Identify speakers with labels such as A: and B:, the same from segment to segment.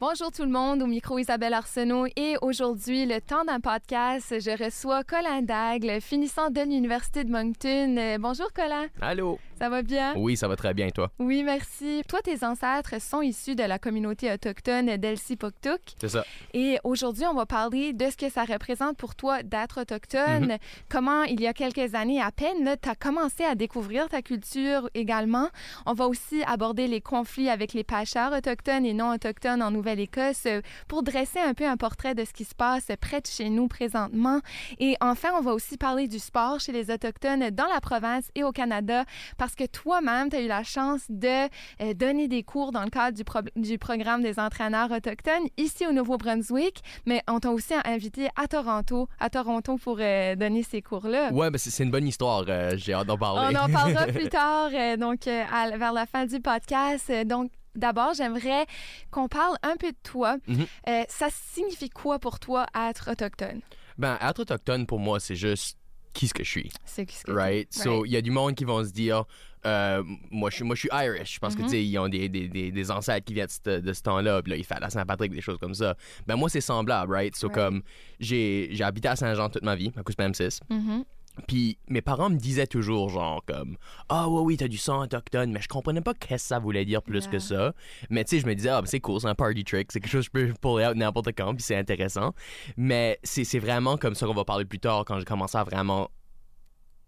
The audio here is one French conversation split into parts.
A: Bonjour tout le monde, au micro Isabelle Arsenault et aujourd'hui, le temps d'un podcast, je reçois Colin Dagle, finissant de l'Université de Moncton. Euh, Bonjour Colin,
B: Allô?
A: ça va bien?
B: Oui, ça va très bien, toi.
A: Oui, merci. Toi, tes ancêtres sont issus de la communauté autochtone d'Elsi-Poktuk.
B: C'est ça.
A: Et aujourd'hui, on va parler de ce que ça représente pour toi d'être autochtone. Comment, il y a quelques années à peine, tu as commencé à découvrir ta culture également. On va aussi aborder les conflits avec les pêcheurs autochtones et non autochtones en Nouvelle-Écosse euh, pour dresser un peu un portrait de ce qui se passe près de chez nous présentement. Et enfin, on va aussi parler du sport chez les autochtones dans la province et au Canada parce que toi-même, tu as eu la chance de euh, donner des cours dans le cadre du, pro- du programme des entraîneurs autochtones ici au Nouveau-Brunswick, mais on t'a aussi invité à Toronto, à Toronto pour euh, donner ces cours-là.
B: Ouais, ben c'est- c'est une bonne histoire. euh, J'ai hâte d'en parler.
A: On en parlera plus tard, euh, donc euh, à- vers la fin du podcast. Euh, donc, d'abord, j'aimerais qu'on parle un peu de toi.
B: Mhm.
A: Euh, ça signifie quoi pour toi être autochtone?
B: ben, être autochtone, pour moi, c'est juste qui ce que je suis,
A: C'est ce que
B: right? So, il y a du monde qui vont se dire, euh, moi, je suis, moi, je suis Irish, parce que,
A: Mhm.
B: tu sais, ils ont des, des, des, des ancêtres qui viennent de ce, de ce temps-là, puis là, ils fêtent la Saint-Patrick, des choses comme ça. Ben, moi, c'est semblable, right? So,
A: Right.
B: comme, j'ai j'ai habité à Saint-Jean toute ma vie, à cause de PM6.
A: Mhm.
B: Puis mes parents me disaient toujours genre comme ah ouais oui t'as du sang autochtone mais je comprenais pas qu'est-ce que ça voulait dire plus
A: Yeah.
B: que ça mais tu sais je me disais ah ben, c'est cool c'est un party trick c'est quelque chose que je peux pull out n'importe quand puis c'est intéressant mais c'est c'est vraiment comme ça qu'on va parler plus tard quand j'ai commencé à vraiment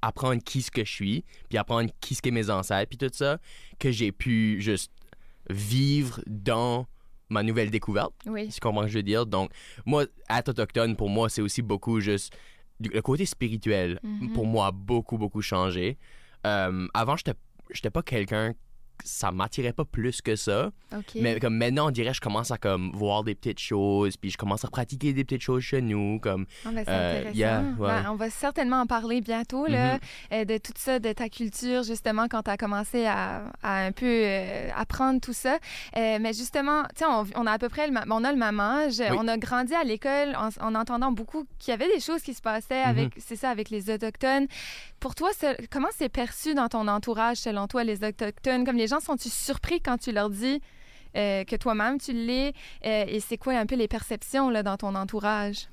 B: apprendre qui ce que je suis puis apprendre qui ce que mes ancêtres puis tout ça que j'ai pu juste vivre dans ma nouvelle découverte
A: Oui.
B: tu comprends ce que je veux dire? Donc, moi, être autochtone, pour moi, c'est aussi beaucoup juste. du- Le côté spirituel,
A: Mhm.
B: pour moi, a beaucoup, beaucoup changé. Euh, avant, j'étais j'étais pas quelqu'un. Ça m'attirait pas plus que ça.
A: OK.
B: Mais comme maintenant, on dirait, je commence à comme voir des petites choses, puis je commence à pratiquer des petites choses chez nous. Comme,
A: Ah, ben, c'est
B: Euh,
A: intéressant.
B: yeah, Mm-hmm. ouais.
A: Ben, on va certainement en parler bientôt là, euh, de tout ça, de ta culture, justement, quand tu as commencé à, à un peu euh, apprendre tout ça. Euh, mais justement, tu sais, on, on a à peu près le, ma- on a le même âge.
B: Oui.
A: On a grandi à l'école en, en entendant beaucoup qu'il y avait des choses qui se passaient avec,
B: Mm-hmm.
A: c'est ça, avec les Autochtones. Pour toi, ce- comment c'est perçu dans ton entourage, selon toi, les Autochtones? Comme les gens sont-ils surpris quand tu leur dis euh, que toi-même tu l'es? Euh, et c'est quoi un peu les perceptions là, dans ton entourage?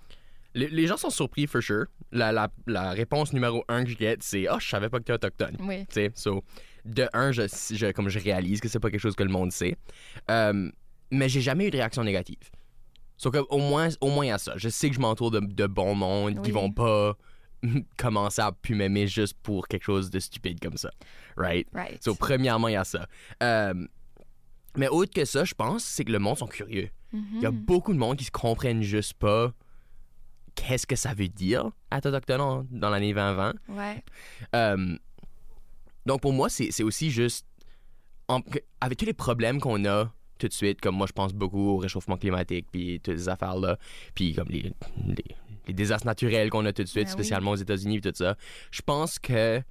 B: les, les gens sont surpris, for sure. La, la, la réponse numéro un que je get, c'est Oh, je savais pas que t'es autochtone.
A: Oui.
B: Tu sais, so, de un, je, je- comme je réalise que c'est pas quelque chose que le monde sait. Euh, mais j'ai jamais eu de réaction négative. So, comme, au moins, au moins à ça. Je sais que je m'entoure de, de bons mondes
A: Oui.
B: qui vont pas commencer à pu m'aimer juste pour quelque chose de stupide comme ça. Right?
A: Right.
B: So, premièrement, il y a ça. Euh, mais autre que ça, je pense, c'est que le monde sont curieux.
A: Mm-hmm.
B: Il y a
A: Mm.
B: beaucoup de monde qui se comprennent juste pas qu'est-ce que ça veut dire être autochtone en- dans l'année 2020.
A: Ouais.
B: Euh, donc pour moi, c'est c'est aussi juste en- que- avec tous les problèmes qu'on a tout de suite, comme moi je pense beaucoup au réchauffement climatique, puis toutes ces affaires-là, puis comme les, les- les désastres naturels qu'on a tout de suite,
A: Ben oui.
B: spécialement aux États-Unis, puis tout ça, je pense que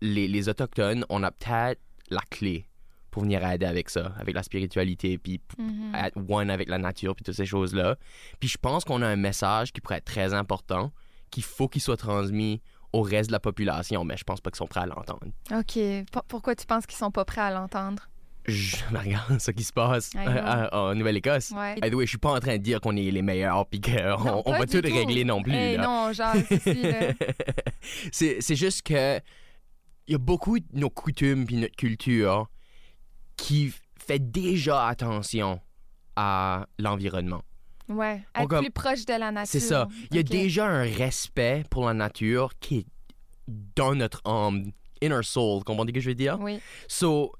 B: les, les Autochtones, on a peut-être la clé pour venir aider avec ça, avec la spiritualité, puis p-
A: Mhm.
B: être one avec la nature, puis toutes ces choses-là. Puis je pense qu'on a un message qui pourrait être très important, qu'il faut qu'il soit transmis au reste de la population, mais je pense pas qu'ils sont prêts à l'entendre.
A: OK. P- pourquoi tu penses qu'ils sont pas prêts à l'entendre?
B: Je regarde ce qui se passe
A: I know.
B: à- à- en Nouvelle-Écosse.
A: Ouais.
B: By the way, je suis pas en train de dire qu'on est les meilleurs puis qu'on
A: Non,
B: on
A: pas
B: va
A: du
B: tout,
A: tout.
B: régler non plus.
A: Eh
B: là.
A: non, euh, genre, ici, là.
B: c'est, c'est juste que il y a beaucoup de nos coutumes puis notre culture qui f- fait déjà attention à l'environnement.
A: Ouais.
B: On
A: Être
B: comme-
A: plus proche de la nature.
B: C'est ça. Il y a
A: OK.
B: déjà un respect pour la nature qui est dans notre âme, inner soul. Comprenez ce que je veux dire?
A: Oui.
B: So,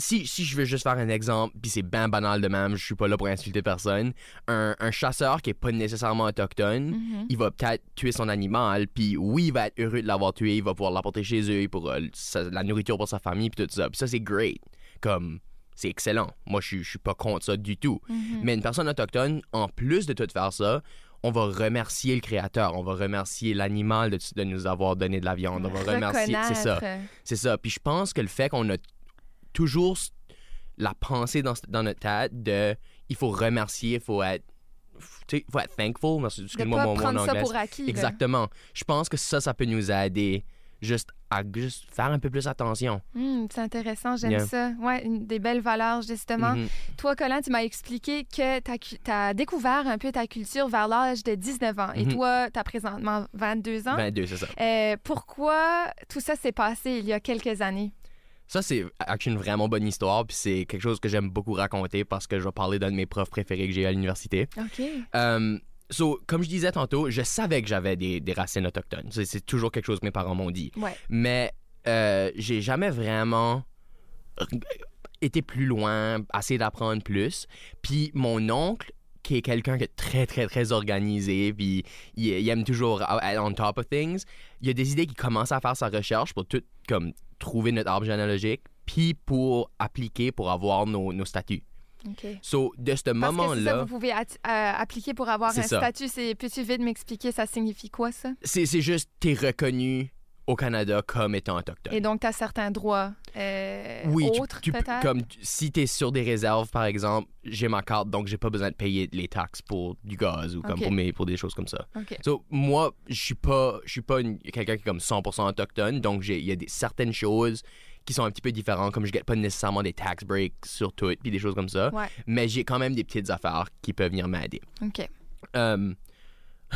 B: si, si je veux juste faire un exemple, puis c'est ben banal de même, je suis pas là pour insulter personne, un, un chasseur qui est pas nécessairement autochtone,
A: Mhm.
B: il va peut-être tuer son animal, puis oui, il va être heureux de l'avoir tué, il va pouvoir l'apporter chez eux pour euh, sa- la nourriture pour sa famille, puis tout ça. Puis ça, c'est great. Comme, c'est excellent. Moi, je suis- je suis pas contre ça du tout.
A: Mhm.
B: Mais une personne autochtone, en plus de tout faire ça, on va remercier le créateur, on va remercier l'animal de, de nous avoir donné de la viande, on va remercier. C'est ça,
A: Reconnaître. euh,
B: c'est ça. Puis je pense que le fait qu'on a toujours s- la pensée dans, dans notre tête de il faut remercier, il faut être, tu sais, faut être thankful, merci,
A: De
B: excuse-moi
A: pas
B: mon, mon
A: prendre ça
B: anglais.
A: pour acquis. là.
B: Exactement. Je pense que ça, ça peut nous aider juste à juste faire un peu plus attention.
A: Hmm, c'est intéressant, j'aime
B: Yeah.
A: ça. Ouais, une des belles valeurs, justement.
B: Mhm.
A: Toi, Colin, tu m'as expliqué que tu as découvert un peu ta culture vers l'âge de 19 ans. Et
B: Mhm.
A: toi, tu as présentement 22 ans.
B: 22, Ben, c'est ça.
A: Euh, pourquoi tout ça s'est passé il y a quelques années?
B: Ça, c'est actually une vraiment bonne histoire, puis c'est quelque chose que j'aime beaucoup raconter parce que je vais parler d'un de mes profs préférés que j'ai eu à l'université.
A: OK.
B: Euh, so, comme je disais tantôt, je savais que j'avais des, des racines autochtones. C'est- C'est toujours quelque chose que mes parents m'ont dit.
A: Ouais.
B: Mais euh, j'ai jamais vraiment été plus loin, essayé d'apprendre plus. Puis mon oncle, qui est quelqu'un qui est très, très, très organisé, puis il, il aime toujours être on top of things, il a décidé qu'il commençait à faire sa recherche pour tout, comme, trouver notre arbre généalogique, puis pour appliquer pour avoir nos, nos statuts.
A: OK.
B: So, de
A: Parce que
B: ce
A: c'est ça,
B: moment-là...
A: vous pouvez at- euh, appliquer pour avoir
B: C'est
A: un
B: ça. Euh,
A: statut. C'est- Peux-tu vite m'expliquer ça signifie quoi, ça?
B: c'est, c'est juste t'es reconnu au Canada comme étant autochtone.
A: Et donc, tu as certains droits euh,
B: oui, tu-
A: autres,
B: tu, peux-
A: peut-être?
B: comme tu- si t'es sur des réserves par exemple, j'ai ma carte donc j'ai pas besoin de payer les taxes pour du gaz ou comme
A: Ok.
B: pour mes pour des choses comme ça.
A: OK.
B: So, moi, je suis pas je suis pas une- quelqu'un qui est comme 100% autochtone donc j'ai il y a des, certaines choses qui sont un petit peu différentes comme je gagne pas nécessairement des tax breaks sur tout puis des choses comme ça,
A: Ouais.
B: mais j'ai quand même des petites affaires qui peuvent venir m'aider.
A: OK.
B: Euh,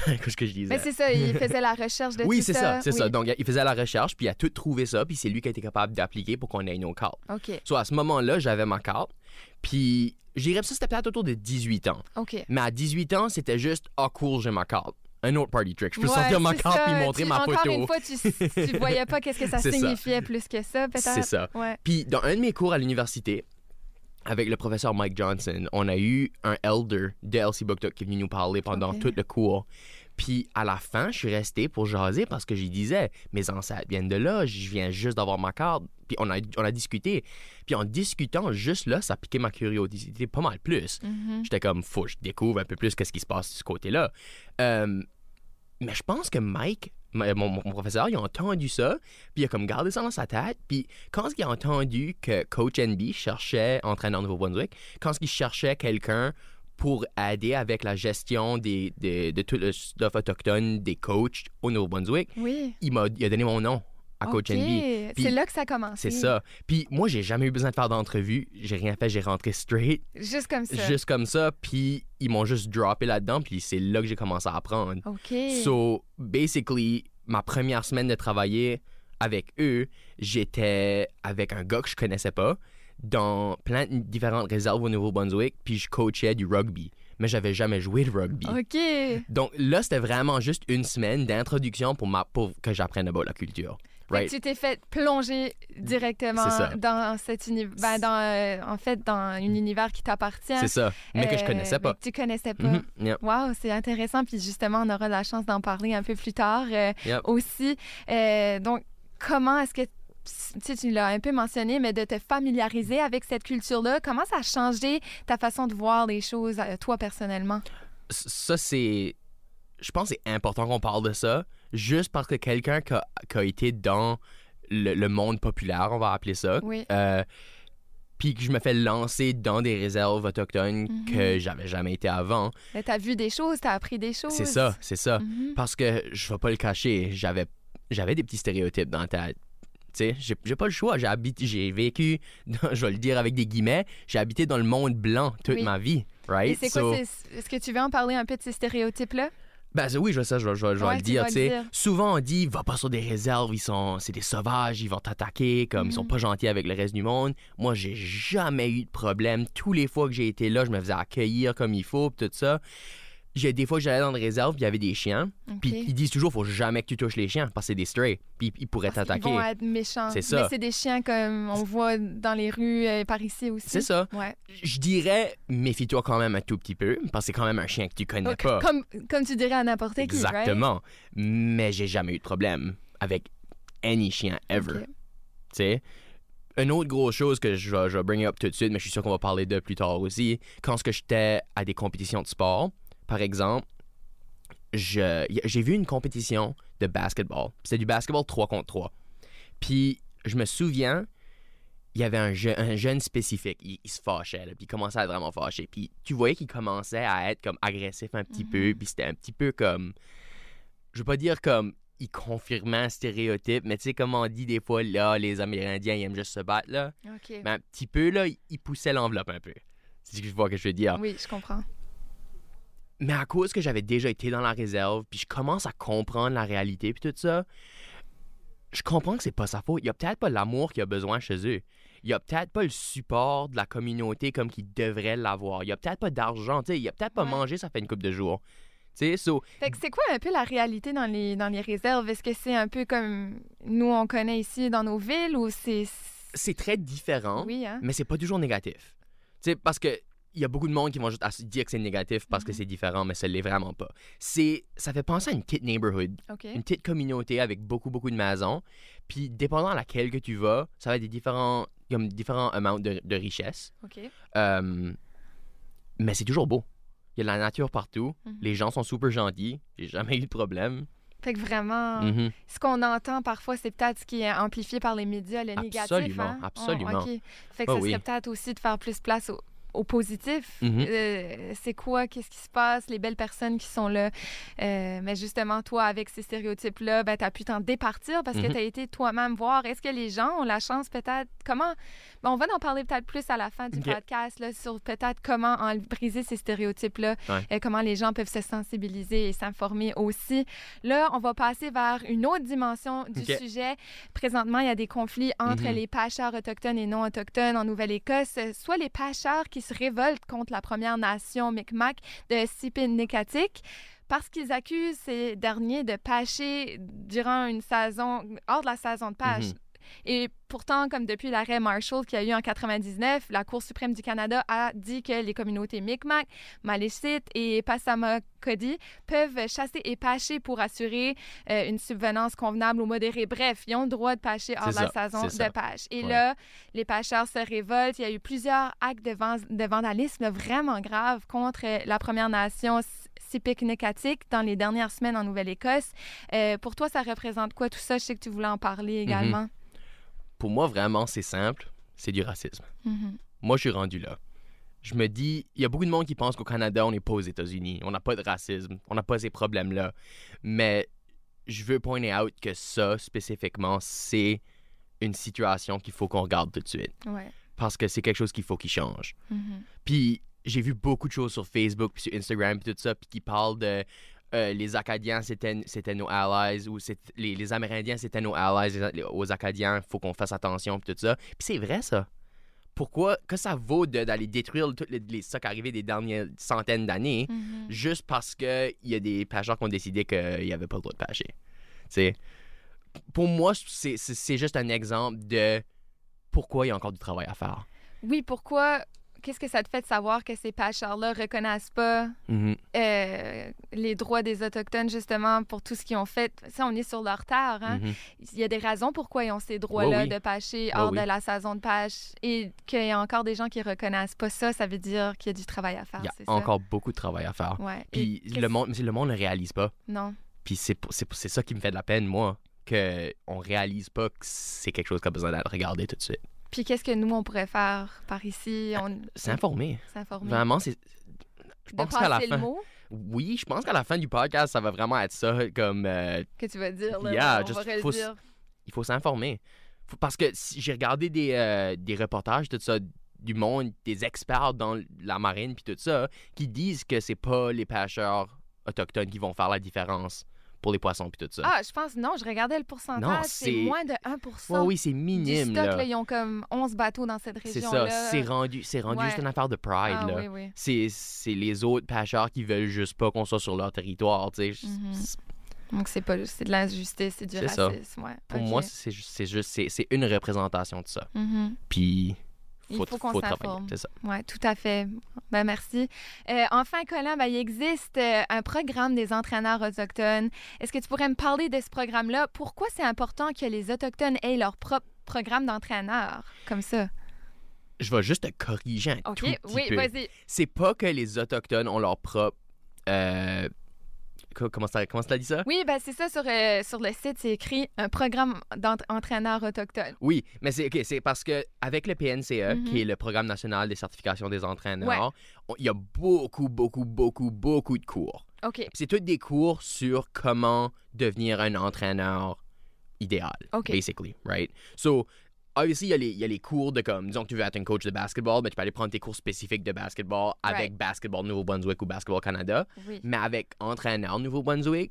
B: Qu'est-ce que je disais
A: Mais c'est ça, il faisait la recherche de
B: oui,
A: tout
B: c'est
A: ça.
B: ça, c'est ça.
A: Oui.
B: Donc, il faisait la recherche, puis il a tout trouvé ça, puis c'est lui qui a été capable d'appliquer pour qu'on ait nos cartes.
A: OK.
B: Soit à ce moment-là, j'avais ma carte, puis je dirais que ça, c'était peut-être autour de 18 ans.
A: OK.
B: Mais à 18 ans, c'était juste, ah, cool, j'ai ma carte. Un autre party trick. Je peux
A: Ouais,
B: sortir ma
A: c'est
B: carte
A: ça.
B: puis montrer
A: Tu-
B: ma
A: Encore
B: photo.
A: une fois, tu, tu voyais pas qu'est-ce que ça
B: C'est ça.
A: signifiait plus que ça, peut-être.
B: C'est ça.
A: Ouais.
B: Puis dans un de mes cours à l'université, avec le professeur Mike Johnson, on a eu un elder de LC Buktuk qui est venu nous parler pendant
A: Ok.
B: tout le cours. Puis à la fin, je suis resté pour jaser parce que j'y disais, mes ancêtres viennent de là, je viens juste d'avoir ma carte. Puis on a, on a discuté. Puis en discutant juste là, ça piquait ma curiosité pas mal plus.
A: Mhm.
B: J'étais comme, faut que je découvre un peu plus qu'est-ce qui se passe de ce côté-là. Euh, mais je pense que Mike, ma- mon, mon- mon professeur, il a entendu ça, puis il a comme gardé ça dans sa tête. Puis quand il a entendu que Coach NB cherchait, entraîneur de Nouveau-Brunswick, quand il cherchait quelqu'un pour aider avec la gestion des, des- de tout le stuff autochtone des coachs au Nouveau-Brunswick,
A: Oui.
B: il m'a il a donné mon nom à Coach
A: OK.
B: NB. Puis-
A: C'est là que ça commence.
B: C'est ça. Puis moi, j'ai jamais eu besoin de faire d'entrevue. J'ai rien fait, j'ai rentré straight
A: Juste comme ça.
B: juste comme ça, puis ils m'ont juste droppé là-dedans, puis c'est là que j'ai commencé à apprendre.
A: OK.
B: So, basically, ma première semaine de travailler avec eux, j'étais avec un gars que je connaissais pas dans plein de différentes réserves au Nouveau-Brunswick, puis je coachais du rugby, mais j'avais jamais joué de rugby.
A: OK.
B: Donc là, c'était vraiment juste une semaine d'introduction pour, ma, pour que j'apprenne about la culture.
A: Fait que
B: Right?
A: tu t'es fait plonger directement
B: C'est ça. Mm.
A: dans cet univers, ben, dans, euh, en fait, dans un univers qui t'appartient.
B: C'est ça, mais que je
A: Euh,
B: connaissais
A: mais
B: pas.
A: que tu connaissais pas.
B: Mhm, yeah.
A: Wow, c'est intéressant. Puis justement, on aura la chance d'en parler un peu plus tard euh,
B: Yep.
A: aussi. Euh, donc, comment est-ce que tu sais, tu l'as un peu mentionné, mais de te familiariser avec cette culture-là, comment ça a changé ta façon de voir les choses, euh, toi personnellement?
B: ça, c'est. Je pense que c'est important qu'on parle de ça, juste parce que quelqu'un qui a, qui a été dans le, le monde populaire, on va appeler ça,
A: Oui.
B: euh, puis que je me fais lancer dans des réserves autochtones
A: Mhm.
B: que j'avais jamais été avant,
A: Mais Ben, t'as vu des choses, t'as appris des choses.
B: c'est ça, c'est ça.
A: Mhm.
B: Parce que je vais pas le cacher, j'avais, j'avais des petits stéréotypes dans la tête. Tu sais, j'ai, j'ai pas le choix. J'ai, habité, j'ai vécu, dans- je vais le dire avec des guillemets, j'ai habité dans le monde blanc toute
A: Oui.
B: ma vie.
A: Et
B: Right?
A: c'est
B: So-
A: quoi, ces- est-ce que tu veux en parler un peu de ces stéréotypes-là?
B: Ben ça, oui, je, ça, je, vais- je vais- je vais
A: Ouais,
B: le
A: tu
B: dire,
A: vas
B: tu
A: le
B: sais.
A: dire.
B: Souvent, on dit, va pas sur des réserves, ils sont, c'est des sauvages, ils vont t'attaquer, comme ils sont
A: Mhm.
B: pas gentils avec le reste du monde. Moi, j'ai jamais eu de problème. Tous les fois que j'ai été là, je me faisais accueillir comme il faut, pis tout ça. J'ai des fois que j'allais dans des réserves, puis il y avait des chiens, puis
A: Ok.
B: ils disent toujours, faut jamais que tu touches les chiens, parce que c'est des strays, puis ils pourraient
A: Parce qu'ils
B: t'attaquer.
A: vont être méchants.
B: C'est ça.
A: Mais c'est des chiens comme on voit dans les rues euh, par ici aussi.
B: C'est ça.
A: Ouais.
B: Je dirais, méfie-toi quand même un tout petit peu, parce que c'est quand même un chien que tu connais
A: Donc,
B: pas.
A: Comme, comme tu dirais à n'importe qui, right?
B: Exactement. Mais j'ai jamais eu de problème avec any chien ever.
A: Ok.
B: Tu sais? Une autre grosse chose que je, vais- je vais bring up tout de suite, mais je suis sûr qu'on va parler de plus tard aussi. Quand ce que j'étais à des compétitions de sport, par exemple, je- y- j'ai vu une compétition de basketball. C'était du basketball 3 contre 3. Puis je me souviens, il y avait un, je- un jeune spécifique. Il, il se fâchait, là, puis il commençait à être vraiment fâché. Puis tu voyais qu'il commençait à être comme agressif un petit peu, puis c'était un petit peu comme. Je veux pas dire comme y confirmant un stéréotype, mais tu sais, comme on dit des fois, là, les Amérindiens, ils aiment juste se battre, là.
A: OK.
B: Mais un petit peu, là, ils poussaient l'enveloppe un peu. C'est ce que je vois que je veux dire.
A: Oui, je comprends.
B: Mais à cause que j'avais déjà été dans la réserve, puis je commence à comprendre la réalité, puis tout ça, je comprends que c'est pas sa faute. Il y a peut-être pas l'amour qu'il a besoin chez eux. Il y a peut-être pas le support de la communauté comme qu'il devrait l'avoir. Il y a peut-être pas d'argent, tu sais. Il y a peut-être pas
A: Ouais.
B: mangé, ça fait une coupe de jours. Tu sais, so,
A: Fait que c'est quoi un peu la réalité dans les, dans les réserves? Est-ce que c'est un peu comme nous, on connaît ici dans nos villes ou c'est...
B: c'est très différent,
A: Oui, hein?
B: mais c'est pas toujours négatif. Tu sais, parce que il y a beaucoup de monde qui vont juste ass- dire que c'est négatif parce
A: Mhm.
B: que c'est différent, mais ça l'est vraiment pas. C'est, ça fait penser à une petite neighborhood.
A: OK.
B: une petite communauté avec beaucoup, beaucoup de maisons. Puis, dépendant à laquelle que tu vas, ça va être des différents, comme différents amounts de, de richesse.
A: OK.
B: Euh, mais c'est toujours beau. Il y a de la nature partout.
A: Mhm.
B: Les gens sont super gentils. J'ai jamais eu de problème.
A: Fait que vraiment,
B: Mhm.
A: ce qu'on entend parfois, c'est peut-être ce qui est amplifié par les médias, le négatif.
B: Absolument,
A: hein? Oh,
B: absolument.
A: OK. Fait que
B: Oh
A: ça
B: oui.
A: serait peut-être aussi de faire plus place au, au positif.
B: Mhm.
A: Euh, c'est quoi? Qu'est-ce qui se passe? Les belles personnes qui sont là. Euh, mais justement, toi, avec ces stéréotypes-là, ben, tu as pu t'en départir parce
B: Mhm.
A: que tu as été toi-même voir. Est-ce que les gens ont la chance peut-être? Comment? Ben, on va en parler peut-être plus à la fin du
B: Ok.
A: podcast là, sur peut-être comment en- briser ces stéréotypes-là
B: Ouais.
A: et Euh, comment les gens peuvent se sensibiliser et s'informer aussi. Là, on va passer vers une autre dimension du
B: Ok.
A: sujet. Présentement, il y a des conflits entre
B: Mhm.
A: les pêcheurs autochtones et non autochtones en Nouvelle-Écosse. Soit les pêcheurs qui se révoltent contre la Première Nation Mi'kmaq de Sipin-Nekatik parce qu'ils accusent ces derniers de pêcher durant une saison, hors de la saison de pêche.
B: Mhm.
A: Et pourtant, comme depuis l'arrêt Marshall qu'il y a eu en 99, la Cour suprême du Canada a dit que les communautés Mi'kmaq, Malécite et Passamaquoddy peuvent chasser et pêcher pour assurer euh, une subvenance convenable ou modérée. Bref, ils ont le droit de pêcher hors
B: C'est
A: de la
B: ça,
A: saison
B: c'est ça.
A: de pêche. Et
B: Ouais.
A: là, les pêcheurs se révoltent. Il y a eu plusieurs actes de, van- de vandalisme vraiment graves contre euh, la Première Nation Sipiknekatik dans les dernières semaines en Nouvelle-Écosse. Euh, pour toi, ça représente quoi tout ça? Je sais que tu voulais en parler également.
B: Pour moi, vraiment, c'est simple. C'est du racisme.
A: Mhm.
B: Moi, je suis rendu là. Je me dis, il y a beaucoup de monde qui pense qu'au Canada, on n'est pas aux États-Unis. On n'a pas de racisme. On n'a pas ces problèmes-là. Mais je veux pointer out que ça, spécifiquement, c'est une situation qu'il faut qu'on regarde tout de suite.
A: Ouais.
B: Parce que c'est quelque chose qu'il faut qu'il change.
A: Mhm.
B: Puis j'ai vu beaucoup de choses sur Facebook, puis sur Instagram, puis tout ça, puis qui parlent de euh, les Acadiens, c'était c'était nos allies, ou c'est- les, les Amérindiens, c'était nos allies les- aux Acadiens, faut qu'on fasse attention, puis tout ça. Puis c'est vrai, ça. Pourquoi, que ça vaut de- d'aller détruire tout les, les stock arrivés des dernières centaines d'années,
A: Mhm.
B: juste parce qu'il y a des pêcheurs qui ont décidé qu'il n'y avait pas le droit de pêcher? Tu sais, Pour moi, c'est- c'est c'est juste un exemple de pourquoi il y a encore du travail à faire.
A: Oui, pourquoi? Qu'est-ce que ça te fait de savoir que ces pêcheurs-là reconnaissent pas
B: Mhm.
A: euh, les droits des Autochtones, justement, pour tout ce qu'ils ont fait? Ça, on est sur leur terre. hein.
B: Mhm.
A: Il y a des raisons pourquoi ils ont ces droits-là
B: Ouais, oui.
A: de pêcher
B: Ouais,
A: hors
B: oui.
A: de la saison de pêche et qu'il y a encore des gens qui reconnaissent pas ça. Ça veut dire qu'il y a du travail à faire,
B: Il y a
A: Ah, c'est ça?
B: encore beaucoup de travail à faire.
A: Ouais. Et
B: Puis
A: qu'est-ce-
B: le monde, mais c'est- le monde ne réalise pas.
A: Non.
B: Puis c'est pour- c'est pour- c'est ça qui me fait de la peine, moi, que on réalise pas que c'est quelque chose qu'on a besoin d'être regardé tout de suite.
A: Puis qu'est-ce que nous, on pourrait faire par ici? On
B: S'informer.
A: s'informer.
B: Vraiment, c'est. Je
A: De
B: pense qu'à la
A: passer le
B: fin.
A: mot
B: Oui, je pense qu'à la fin du podcast, ça va vraiment être ça. Comme euh,
A: que tu vas dire. Là,
B: Yeah,
A: on
B: just-
A: va le
B: faut-
A: dire.
B: il faut s'informer. Faut- Parce que si- j'ai regardé des, euh, des reportages, tout ça, du monde, des experts dans la marine, puis tout ça, qui disent que c'est pas les pêcheurs autochtones qui vont faire la différence pour les poissons, puis tout ça.
A: Ah, je pense, non, je regardais le pourcentage,
B: Non,
A: c'est
B: c'est-
A: moins de 1
B: Ouais, oui, c'est minime.
A: du stock.
B: là.
A: là, ils ont comme 11 bateaux dans cette
B: C'est
A: région-là.
B: ça, c'est rendu, c'est rendu
A: Ouais.
B: juste une affaire de pride.
A: ah,
B: là.
A: oui, oui.
B: C'est, c'est les autres pêcheurs qui veulent juste pas qu'on soit sur leur territoire. tu sais.
A: Mhm.
B: C'est-
A: Donc, c'est pas juste, c'est de l'injustice, c'est du
B: C'est ça.
A: racisme. Ouais.
B: Pour
A: ok.
B: moi, c'est juste, c'est, juste c'est, c'est une représentation de ça.
A: Mhm.
B: Puis,
A: Il
B: faut,
A: faut qu'on
B: travailler,
A: s'informe.
B: C'est ça.
A: Oui, tout à fait. Ben, merci. Euh, enfin, Colin, ben, il existe euh, un programme des entraîneurs autochtones. Est-ce que tu pourrais me parler de ce programme-là? Pourquoi c'est important que les Autochtones aient leur propre programme d'entraîneur comme ça?
B: Je vais juste te corriger un
A: OK,
B: tout petit
A: oui,
B: peu.
A: vas-y.
B: C'est pas que les Autochtones ont leur propre euh, co- Comment ça, comment ça dit ça?
A: Oui, ben c'est ça, sur, euh, sur le site, c'est écrit un programme d'entraîneur autochtone.
B: Oui, mais c'est ok, c'est parce que avec le PNCE,
A: Mhm.
B: E, qui est le programme national des certifications des entraîneurs, on- il y a beaucoup, beaucoup, beaucoup, beaucoup de cours.
A: OK,
B: C'est tous des cours sur comment devenir un entraîneur idéal,
A: OK.
B: basically, right? So, obviously, il y, a les- il y a les cours de comme, disons que tu veux être un coach de basketball, mais tu peux aller prendre tes cours spécifiques de basketball avec Basketball Nouveau-Brunswick ou Basketball Canada.
A: oui.
B: Mais avec entraîneur Nouveau-Brunswick,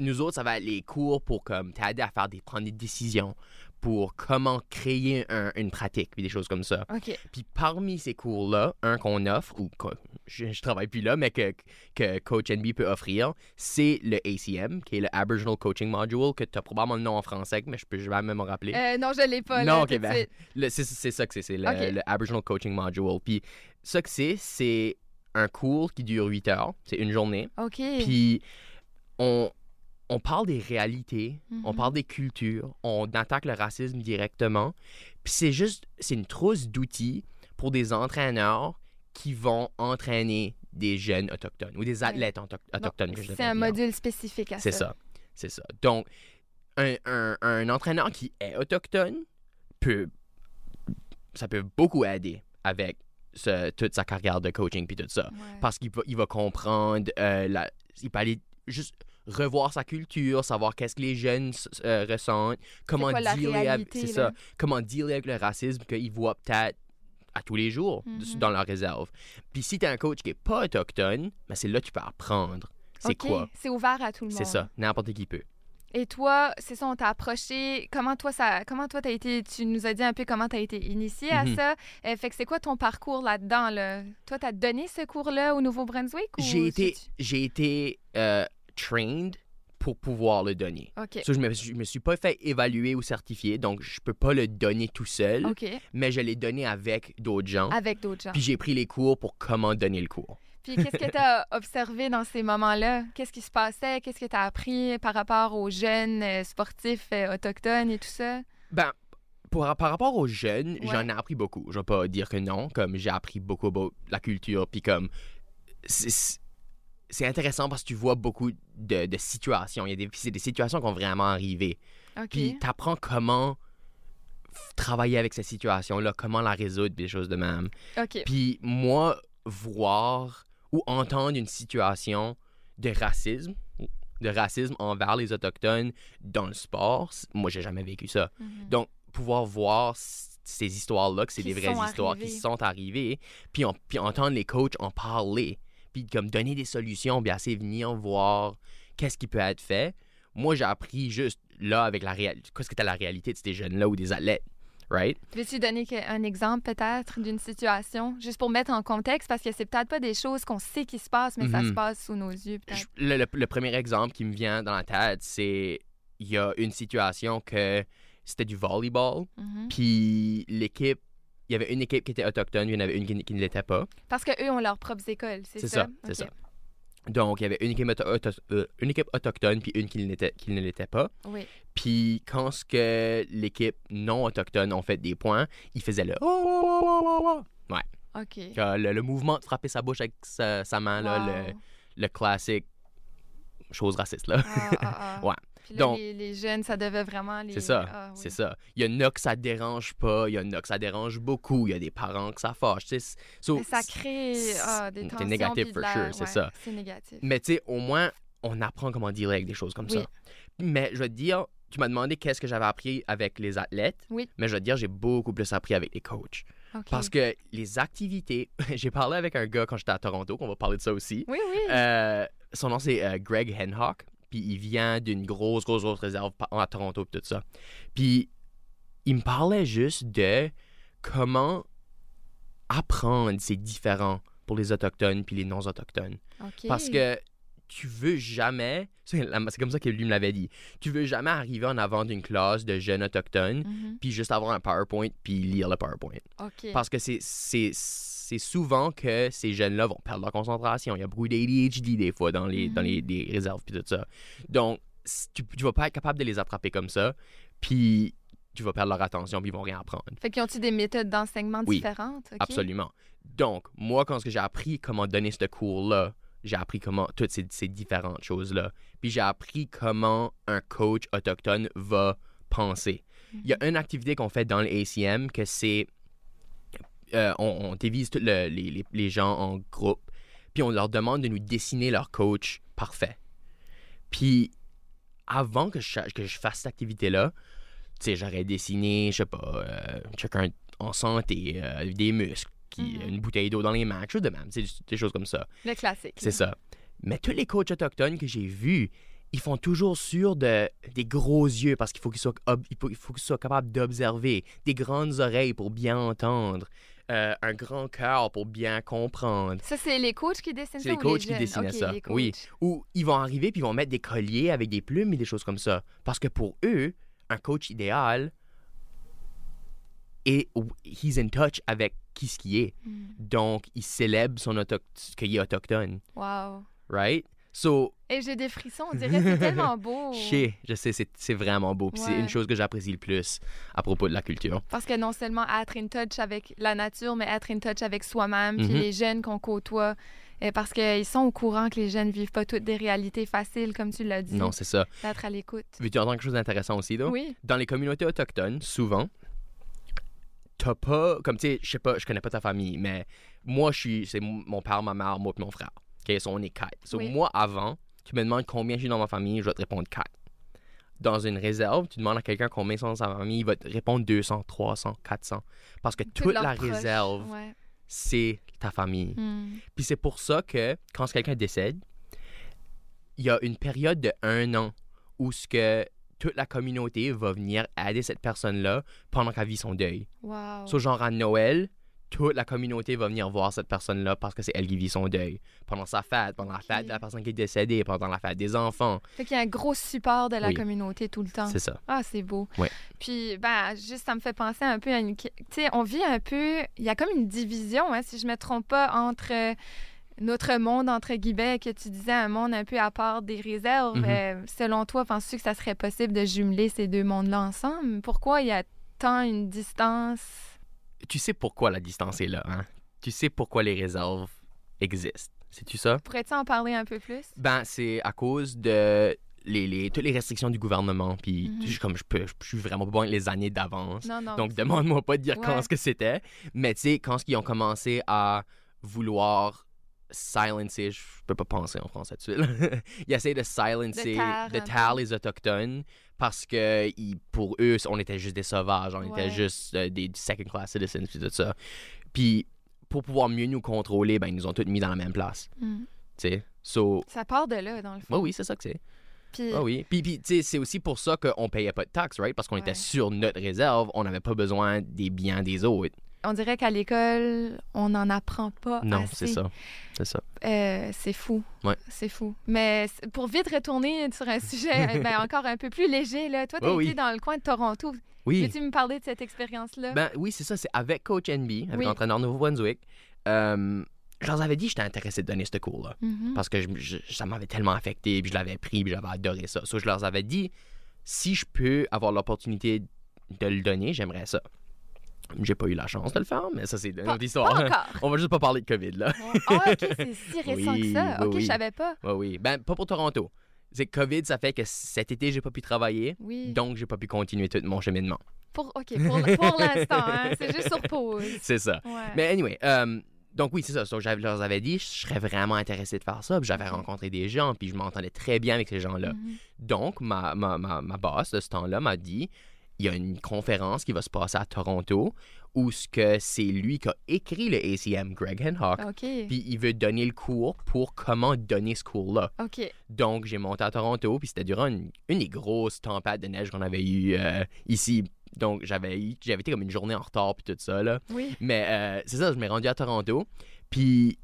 B: nous autres, ça va être les cours pour comme t'aider à faire des, prendre des décisions pour comment créer un- une pratique, puis des choses comme ça.
A: OK.
B: Puis parmi ces cours-là, un qu'on offre, ou qu'on- je, je travaille plus là, mais que, que Coach NB peut offrir, c'est le ACM, qui est le Aboriginal Coaching Module, que tu as probablement le nom en français, mais je peux jamais me rappeler.
A: Euh, non, je l'ai pas.
B: Non,
A: là,
B: ok,
A: tout de
B: ben,
A: suite.
B: Le- C'est c'est ça que c'est, c'est le,
A: Ok.
B: le Aboriginal Coaching Module. Puis ça que c'est, c'est un cours qui dure 8 heures, c'est une journée.
A: OK.
B: Puis on, on parle des réalités, on
A: Mhm.
B: parle des cultures, on attaque le racisme directement. Puis c'est juste, c'est une trousse d'outils pour des entraîneurs qui vont entraîner des jeunes autochtones ou des athlètes auto- autochtones. que je
A: C'est
B: devrais
A: un
B: dire.
A: module spécifique à ça.
B: C'est ça. C'est ça. Donc, un, un- un entraîneur qui est autochtone peut. Ça peut beaucoup aider avec ce- toute sa carrière de coaching puis tout ça
A: Ouais.
B: parce qu'il va, il va comprendre, euh, la- il peut aller juste revoir sa culture, savoir qu'est-ce que les jeunes s- euh, ressentent, comment
A: quoi la
B: dealer avec,
A: réalité,
B: c'est
A: là?
B: ça, comment dealer avec le racisme qu'ils voient peut-être à tous les jours de-
A: Mhm.
B: dans leur réserve. Puis si tu un coach qui n'est pas autochtone, ben c'est là que tu peux apprendre. C'est
A: OK,
B: quoi?
A: C'est ouvert à tout le monde.
B: C'est ça, n'importe qui peut.
A: Et toi, c'est ça, on t'a approché. Comment toi, ça, comment toi, t'as été, tu nous as dit un peu comment t'as été initié
B: Mhm.
A: à ça. Euh, fait que c'est quoi ton parcours là-dedans, là? Toi, t'as donné ce cours-là au Nouveau-Brunswick ou
B: J'ai été,
A: tu-
B: j'ai été euh, trained pour pouvoir le donner.
A: OK.
B: So, je ne me, je me suis pas fait évaluer ou certifier, donc je peux pas le donner tout seul.
A: OK.
B: mais je l'ai donné avec d'autres gens.
A: Avec d'autres gens.
B: Puis j'ai pris les cours pour comment donner le cours.
A: Puis qu'est-ce que t'as observé dans ces moments-là? Qu'est-ce qui se passait? Qu'est-ce que t'as appris par rapport aux jeunes euh, sportifs euh, autochtones et tout ça?
B: Ben, pour, par rapport aux jeunes,
A: Ouais.
B: j'en ai appris beaucoup. Je vais pas dire que non, comme j'ai appris beaucoup, beaucoup la culture, puis comme... c'est- C'est intéressant parce que tu vois beaucoup de, de situations. Il y a des, c'est des situations qui ont vraiment arrivé.
A: OK.
B: Puis tu apprends comment f- travailler avec cette situation-là, comment la résoudre, puis des choses de même.
A: OK.
B: Puis moi, voir ou entendre une situation de racisme, de racisme envers les Autochtones dans le sport, c- moi, j'ai jamais vécu ça.
A: Mhm.
B: Donc, pouvoir voir c- ces histoires-là, que c'est
A: Qui
B: des vraies
A: sont
B: histoires qui
A: arrivées.
B: sont arrivées, puis, en- puis entendre les coachs en parler, puis comme donner des solutions, puis assez venir voir qu'est-ce qui peut être fait. Moi, j'ai appris juste là avec la réalité, qu'est-ce que t'as la réalité de ces jeunes-là ou des athlètes, right?
A: Veux-tu donner que- un exemple peut-être d'une situation, juste pour mettre en contexte, parce que c'est peut-être pas des choses qu'on sait qui se passent, mais ça
B: Mhm.
A: se passe sous nos yeux
B: Je-
A: peut-être.
B: le, le- le premier exemple qui me vient dans la tête, c'est il y a une situation que c'était du volleyball,
A: Mhm.
B: puis l'équipe, il y avait une équipe qui était autochtone, puis il y en avait une qui, qui ne l'était pas.
A: Parce que eux ont leurs propres écoles, c'est ça.
B: C'est ça, c'est
A: Ok.
B: ça. Donc, il y avait une équipe, auto- auto- euh, une équipe autochtone, puis une qui, l'était- qui ne l'était pas.
A: Oui.
B: Puis quand ce que l'équipe non autochtone ont fait des points, ils faisaient le... oh, oh, oh, oh, oh, oh.
A: Ok.
B: Euh, Le, le mouvement de frapper sa bouche avec sa, sa main, là,
A: Wow.
B: le, le classique chose raciste, là.
A: Ah, ah, ah.
B: Ouais.
A: Puis là,
B: Donc-
A: les, les jeunes, ça devait vraiment les.
B: C'est ça,
A: Ah, oui.
B: c'est ça. Il y en a que ça dérange pas, il y en a que ça dérange beaucoup, il y a des parents que ça fâche. tu sais. So,
A: Mais ça crée ah, des
B: c'est
A: tensions.
B: négatif,
A: puis de
B: for
A: la-
B: sure, c'est
A: ouais,
B: ça.
A: C'est négatif.
B: Mais tu sais, au moins, on apprend comment dealer avec des choses comme
A: Oui.
B: ça. Mais je vais te dire, tu m'as demandé qu'est-ce que j'avais appris avec les athlètes.
A: Oui.
B: Mais je vais te dire, j'ai beaucoup plus appris avec les coachs.
A: Ok.
B: Parce que les activités, j'ai parlé avec un gars quand j'étais à Toronto, qu'on va parler de ça aussi.
A: Oui, oui.
B: Euh, son nom, c'est euh, Greg Henhock. Puis il vient d'une grosse, grosse, grosse réserve pa- à Toronto, puis tout ça. Puis il me parlait juste de comment apprendre, c'est différent pour les Autochtones puis les non-Autochtones.
A: Ok.
B: Parce que tu veux jamais, c'est la- c'est comme ça que lui me l'avait dit, tu veux jamais arriver en avant d'une classe de jeunes Autochtones
A: Mhm.
B: puis juste avoir un PowerPoint puis lire le PowerPoint.
A: Ok.
B: Parce que c'est- c'est c'est souvent que ces jeunes-là vont perdre leur concentration. Il y a beaucoup d'ADHD des fois dans les, dans les, les réserves puis tout ça. Donc, si tu, tu vas pas être capable de les attraper comme ça, puis tu vas perdre leur attention puis ils vont rien apprendre.
A: Fait qu'ils ont-tu des méthodes d'enseignement
B: Oui,
A: différentes? Ok.
B: Absolument. Donc, moi, quand ce que j'ai appris comment donner ce cours-là j'ai appris comment toutes ces, ces différentes choses-là. Puis j'ai appris comment un coach autochtone va penser. Il y a une activité qu'on fait dans le ACM que c'est. euh, on, on divise tous le- les, les- les gens en groupes, puis on leur demande de nous dessiner leur coach parfait. Puis avant que je, que je fasse cette activité-là, tu sais, j'aurais dessiné, je sais pas, euh, quelqu'un en santé, euh, des muscles, qui,
A: Mhm.
B: une bouteille d'eau dans les mains, quelque chose de même, tu sais, des choses comme ça.
A: Le classique.
B: C'est ça. Mais tous les coachs autochtones que j'ai vus, ils font toujours sur de, des gros yeux parce qu'il faut qu'ils soient, ob- il faut, il faut qu'ils soient capables d'observer, des grandes oreilles pour bien entendre, euh, un grand cœur pour bien comprendre.
A: Ça, c'est les coachs qui dessinent
B: C'est
A: ça
B: les
A: ou
B: coachs qui
A: jeunes?
B: dessinaient
A: Ok,
B: ça,
A: les coachs.
B: oui. Ou ils vont arriver puis ils vont mettre des colliers avec des plumes et des choses comme ça. Parce que pour eux, un coach idéal est he's in touch avec qui ce qui est.
A: Mm.
B: Donc, il célèbre son auto- qu'il est autochtone,
A: Wow.
B: right? So,
A: Et j'ai des frissons, on dirait c'est tellement beau.
B: Chier, je sais, c'est, c'est vraiment beau. Puis c'est
A: Oh. Ouais.
B: une chose que j'apprécie le plus à propos de la culture.
A: Parce que non seulement être in touch avec la nature, mais être in touch avec soi-même, puis
B: Mhm.
A: les jeunes qu'on côtoie. euh, Parce qu'ils sont au courant que les jeunes vivent pas toutes des réalités faciles, comme tu l'as dit.
B: Non, c'est ça.
A: D'être à l'écoute.
B: Veux-tu entendre quelque chose d'intéressant aussi, donc?
A: Oui.
B: Dans les communautés autochtones, souvent, t'as pas. Comme tu sais, je sais pas, je connais pas ta famille, mais moi, je suis. C'est m- mon père, ma mère, moi, puis mon frère. OK, so on est quatre. So
A: Oui.
B: moi, avant, tu me demandes combien j'ai dans ma famille, je vais te répondre quatre. Dans une réserve, tu demandes à quelqu'un combien sont dans sa famille, il va te répondre 200, 300, 400. Parce que
A: Toutes
B: toute
A: leurs
B: la
A: proches,
B: réserve,
A: ouais.
B: c'est ta famille.
A: Mm.
B: Puis c'est pour ça que quand quelqu'un décède, il y a une période de un an où ce que toute la communauté va venir aider cette personne-là pendant qu'elle vit son deuil.
A: Wow.
B: So, genre à Noël, toute la communauté va venir voir cette personne-là parce que c'est elle qui vit son deuil. Pendant sa fête, pendant la fête de la
A: Ok.
B: personne qui est décédée, pendant la fête des enfants.
A: Fait qu'il y a un gros support de la
B: Oui.
A: communauté tout le temps.
B: C'est ça.
A: Ah, c'est beau.
B: Ouais.
A: Puis, ben, juste, ça me fait penser un peu à une. Tu sais, on vit un peu. Il y a comme une division, hein, si je me trompe pas, entre euh, notre monde, entre guillemets, que tu disais, un monde un peu à part des réserves.
B: Mhm.
A: Euh, selon toi, penses-tu que ça serait possible de jumeler ces deux mondes-là ensemble? Pourquoi il y a tant une distance?
B: Tu sais pourquoi la distance est là, hein? Tu sais pourquoi les réserves existent. Sais-tu ça?
A: Pourrais-tu en parler un peu plus?
B: Ben, c'est à cause de les, les- toutes les restrictions du gouvernement. Puis,
A: Mhm.
B: je- comme je, peux, je suis vraiment pas bon avec les années d'avance.
A: Non, non.
B: Donc, demande-moi pas de dire
A: Ouais.
B: quand ce que c'était. Mais, tu sais, quand ils ont commencé à vouloir silencer, je peux pas penser en français tout de suite. ils essaient de silencer,
A: De taire un peu.
B: les Autochtones parce que ils- pour eux, on était juste des sauvages, on
A: Ouais.
B: était juste euh, des second-class citizens, puis tout ça. Puis, pour pouvoir mieux nous contrôler, ben, ils nous ont tous mis dans la même place.
A: Mm.
B: Tu sais, so.
A: Ça part de là, dans le fond.
B: Ouais, Bah oui, c'est ça que c'est.
A: Puis,
B: Ah oui. Puis, puis, tu sais, c'est aussi pour ça qu'on payait pas de taxes, right? Parce qu'on
A: Ouais.
B: était sur notre réserve, on n'avait pas besoin des biens des autres.
A: on dirait qu'à l'école, on n'en apprend pas.
B: Non,
A: assez.
B: c'est ça. C'est ça.
A: Euh, c'est fou.
B: Ouais.
A: C'est fou. Mais c- pour vite retourner sur un sujet euh, ben, encore un peu plus léger, là. toi, tu as
B: Oh oui.
A: été dans le coin de Toronto.
B: Oui.
A: Peux-tu me parler de cette expérience-là?
B: Ben oui, c'est ça. C'est avec Coach NB, avec
A: Oui.
B: l'entraîneur Nouveau-Brunswick. euh, je leur avais dit que j'étais intéressé de donner ce cours-là.
A: Mhm.
B: parce que je- je- ça m'avait tellement affecté, puis je l'avais pris, puis j'avais adoré ça. So, je leur avais dit, si je peux avoir l'opportunité de le donner, j'aimerais ça. J'ai pas eu la chance de le faire, mais ça, c'est une
A: Pas-
B: autre histoire.
A: pas encore.
B: On va juste pas parler de COVID, là.
A: Ah, OK, c'est si récent que
B: Oui,
A: ça.
B: oui,
A: OK, je
B: oui.
A: savais pas.
B: Oui, oui. Ben, pas pour Toronto. C'est que COVID, ça fait que cet été, j'ai pas pu travailler,
A: Oui.
B: donc j'ai pas pu continuer tout mon cheminement.
A: Pour, OK, pour, pour l'instant, hein, c'est juste sur pause.
B: C'est ça.
A: Ouais.
B: Mais anyway, euh, donc oui, c'est ça. So, je leur avais dit, je serais vraiment intéressé de faire ça. Puis j'avais
A: Mhm.
B: rencontré des gens, puis je m'entendais très bien avec ces gens-là.
A: Mhm.
B: Donc, ma, ma, ma, ma boss de ce temps-là m'a dit il y a une conférence qui va se passer à Toronto où ce que c'est lui qui a écrit le ACM, Greg Henhock.
A: Ah, OK.
B: Puis il veut donner le cours pour comment donner ce cours-là.
A: OK.
B: Donc, j'ai monté à Toronto, puis c'était durant une, une des grosses tempêtes de neige qu'on avait eues euh, ici. Donc, j'avais eu- j'avais été comme une journée en retard, puis tout ça, là.
A: Oui.
B: Mais euh, c'est ça, je m'ai rendu à Toronto, puis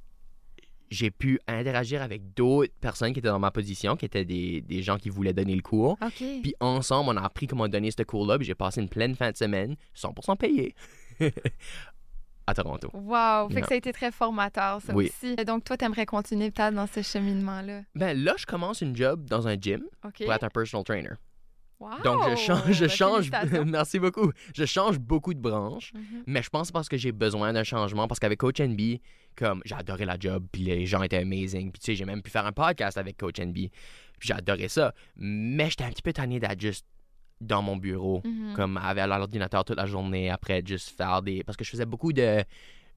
B: j'ai pu interagir avec d'autres personnes qui étaient dans ma position, qui étaient des, des gens qui voulaient donner le cours.
A: OK.
B: Puis ensemble, on a appris comment donner ce cours-là, puis j'ai passé une pleine fin de semaine, 100% payé, à Toronto.
A: Wow. Fait que
B: Non.
A: ça a été très formateur, ça
B: Oui.
A: aussi. Et donc, toi, tu aimerais continuer peut-être dans ce cheminement-là.
B: Ben là, je commence une job dans un gym
A: OK.
B: pour être un personal trainer.
A: Wow!
B: Donc, je change, je
A: Ben,
B: change,
A: félicitations.
B: merci beaucoup. Je change beaucoup de branches,
A: Mhm.
B: mais je pense parce que j'ai besoin d'un changement, parce qu'avec Coach NB, comme j'ai adoré la job, puis les gens étaient amazing, puis tu sais, j'ai même pu faire un podcast avec Coach NB, puis j'ai adoré ça, mais j'étais un petit peu tanné d'être juste dans mon bureau,
A: Mhm.
B: comme avec l'ordinateur toute la journée, après juste faire des... Parce que je faisais beaucoup de...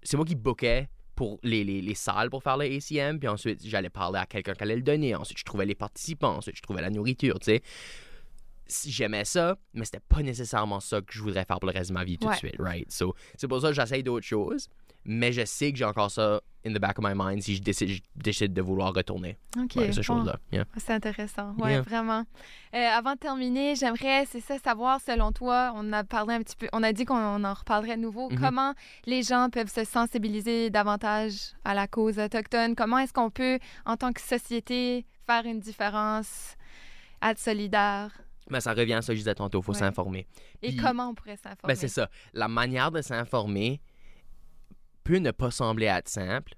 B: C'est moi qui bookais pour les, les, les salles pour faire le ACM, puis ensuite j'allais parler à quelqu'un qui allait le donner, ensuite je trouvais les participants, ensuite je trouvais la nourriture, tu sais. Si J'aimais ça, mais c'était pas nécessairement ça que je voudrais faire pour le reste de ma vie tout
A: Ouais.
B: de suite, right? So, c'est pour ça que j'essaye d'autres choses, mais je sais que j'ai encore ça in the back of my mind si je décide, je décide de vouloir retourner
A: OK,
B: vers ces
A: bon.
B: choses-là. Yeah.
A: C'est intéressant, oui,
B: Yeah.
A: vraiment. Euh, avant de terminer, j'aimerais, c'est ça, savoir, selon toi, on a parlé un petit peu, on a dit qu'on en reparlerait de nouveau,
B: Mhm.
A: comment les gens peuvent se sensibiliser davantage à la cause autochtone? Comment est-ce qu'on peut, en tant que société, faire une différence, être solidaire?
B: Mais ça revient à ce que je disais tantôt, faut
A: Ouais.
B: s'informer.
A: Et
B: Puis-
A: comment on pourrait s'informer?
B: Ben, c'est ça. La manière de s'informer peut ne pas sembler être simple,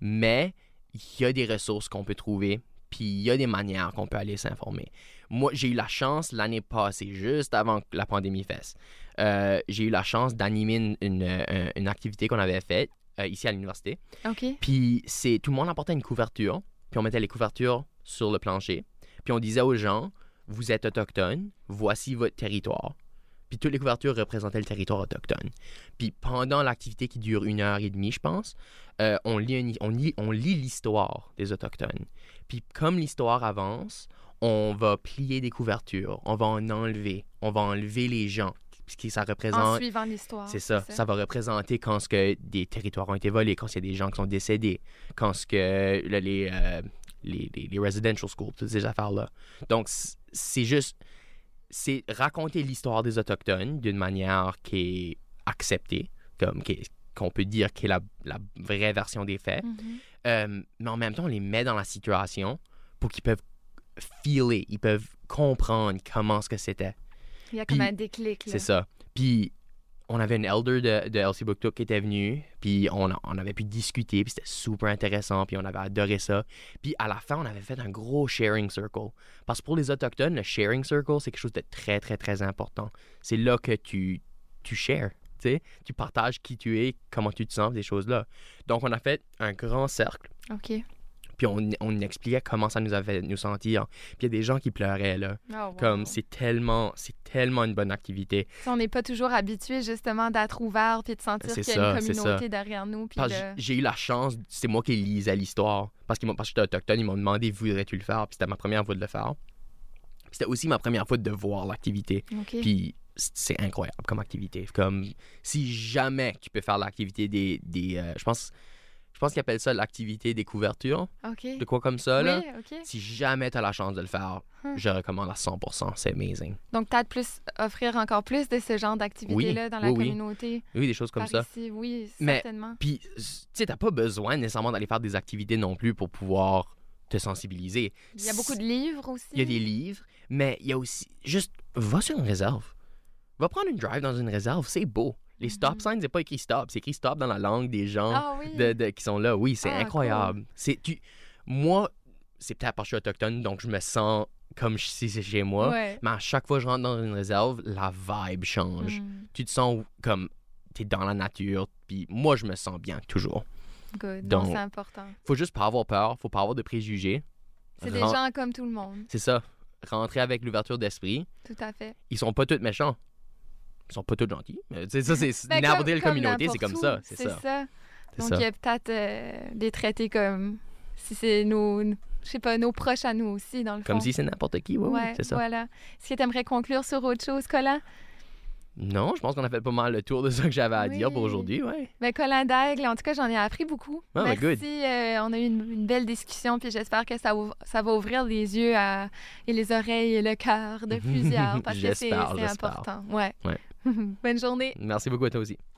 B: mais il y a des ressources qu'on peut trouver, puis il y a des manières qu'on peut aller s'informer. Moi, j'ai eu la chance l'année passée, juste avant que la pandémie fasse, euh, j'ai eu la chance d'animer une, une, euh, une activité qu'on avait faite euh, ici à l'université.
A: OK.
B: Puis c'est tout le monde apportait une couverture, puis on mettait les couvertures sur le plancher, puis on disait aux gens vous êtes autochtone, voici votre territoire. Puis toutes les couvertures représentaient le territoire autochtone. Puis pendant l'activité qui dure une heure et demie, je pense, euh, on lit un- on lit- on lit l'histoire des autochtones. Puis comme l'histoire avance, on va plier des couvertures, on va en enlever, on va enlever les gens, ce qui ça
A: En
B: représente.
A: suivant l'histoire.
B: Ah, C'est ça. Ça va représenter quand ce que des territoires ont été volés, quand il y a des gens qui sont décédés, quand ce que le- les, euh, les, les- les residential schools, toutes ces affaires-là. Donc, c- c'est juste... C'est raconter l'histoire des Autochtones d'une manière qui est acceptée, comme qui est- qu'on peut dire qui est la, la vraie version des faits.
A: Mhm.
B: Euh, mais en même temps, on les met dans la situation pour qu'ils peuvent feeler, ils peuvent comprendre comment ce que c'était.
A: Il y a comme
B: Puis-
A: un déclic. là.
B: C'est ça. Puis on avait une elder de, de LC Booktook qui était venue, puis on, a- on avait pu discuter, puis c'était super intéressant, puis on avait adoré ça. Puis à la fin, on avait fait un gros sharing circle. Parce que pour les Autochtones, le sharing circle, c'est quelque chose de très, très, très important. C'est là que tu, tu shares, tu sais. Tu partages qui tu es, comment tu te sens, ces choses-là. Donc on a fait un grand cercle,
A: OK.
B: puis on, on expliquait comment ça nous avait nous sentir. Puis il y a des gens qui pleuraient, là.
A: Oh, wow.
B: Comme c'est tellement, c'est tellement une bonne activité.
A: Ça, On n'est pas toujours habitué justement d'être ouvert puis de sentir
B: C'est
A: qu'il y a une
B: ça, c'est ça.
A: communauté derrière nous. Puis
B: Parce que
A: de-
B: j- j'ai eu la chance, c'est moi qui lisais l'histoire. Parce, qu'ils m'ont- parce que j'étais autochtone, ils m'ont demandé voudrais-tu le faire, puis c'était ma première fois de le faire. Puis C'était aussi ma première fois de voir l'activité.
A: OK.
B: Puis c- c'est incroyable comme activité. Comme si jamais tu peux faire l'activité des. des euh, je pense, je pense qu'ils appellent ça l'activité des couvertures,
A: OK.
B: de quoi comme ça. Là.
A: Oui, OK.
B: Si jamais tu as la chance de le faire,
A: Hmm.
B: je recommande à 100%. C'est amazing.
A: Donc, peut-être plus offrir encore plus de ce genre d'activités-là dans la
B: oui, oui.
A: communauté.
B: Oui, des choses comme
A: par
B: ça.
A: ici, oui,
B: Mais-
A: certainement.
B: Puis, tu sais, t'as pas besoin nécessairement d'aller faire des activités non plus pour pouvoir te sensibiliser.
A: Il y a beaucoup de livres aussi.
B: Il y a des livres, mais il y a aussi. Juste, va sur une réserve. Va prendre une drive dans une réserve, c'est beau. Les stop
A: Mhm.
B: signs, c'est pas écrit stop, c'est écrit stop dans la langue des gens
A: Ah oui.
B: de- de- qui sont là. Oui, c'est
A: Ah,
B: incroyable. C'est tu, moi, c'est peut-être parce que je suis autochtone, donc je me sens comme si c'est chez moi.
A: Ouais.
B: Mais à chaque fois que je rentre dans une réserve, la vibe change.
A: Mm,
B: Tu te sens comme t'es dans la nature, puis moi, je me sens bien toujours.
A: good. Non,
B: Donc-
A: c'est important.
B: Faut juste pas avoir peur, faut pas avoir de préjugés.
A: C'est des
B: Ren-
A: gens comme tout le monde.
B: C'est ça. Rentrer avec l'ouverture d'esprit.
A: Tout à fait.
B: ils sont pas tous méchants. Ils sont pas tous gentils. Mais, tu sais, ça, c'est
A: Ben,
B: n'importe
A: comme-
B: quelle
A: comme
B: communauté, c'est
A: n'importe
B: comme ça.
A: où,
B: C'est ça. C'est
A: Donc,
B: ça.
A: il y a peut-être euh, des traités comme si c'est nos, je sais pas, nos proches à nous aussi, dans le
B: Comme
A: fond.
B: si c'est n'importe qui, oui, oui,
A: ouais,
B: c'est ça.
A: voilà. Est-ce que tu aimerais conclure sur autre chose, Colin?
B: Non, je pense qu'on a fait pas mal le tour de ça que j'avais à dire pour
A: Oui.
B: aujourd'hui, ouais.
A: Ben, Colin Daigle, en tout cas, j'en ai appris beaucoup.
B: Ah, ben,
A: Merci.
B: good.
A: euh, on a eu une, une belle discussion, puis j'espère que ça, ouv- ça va ouvrir les yeux à- et les oreilles et le cœur de plusieurs, parce que c'est
B: J'espère,
A: c'est
B: j'espère.
A: important. Ouais.
B: Ouais.
A: Bonne journée.
B: Merci beaucoup à toi aussi.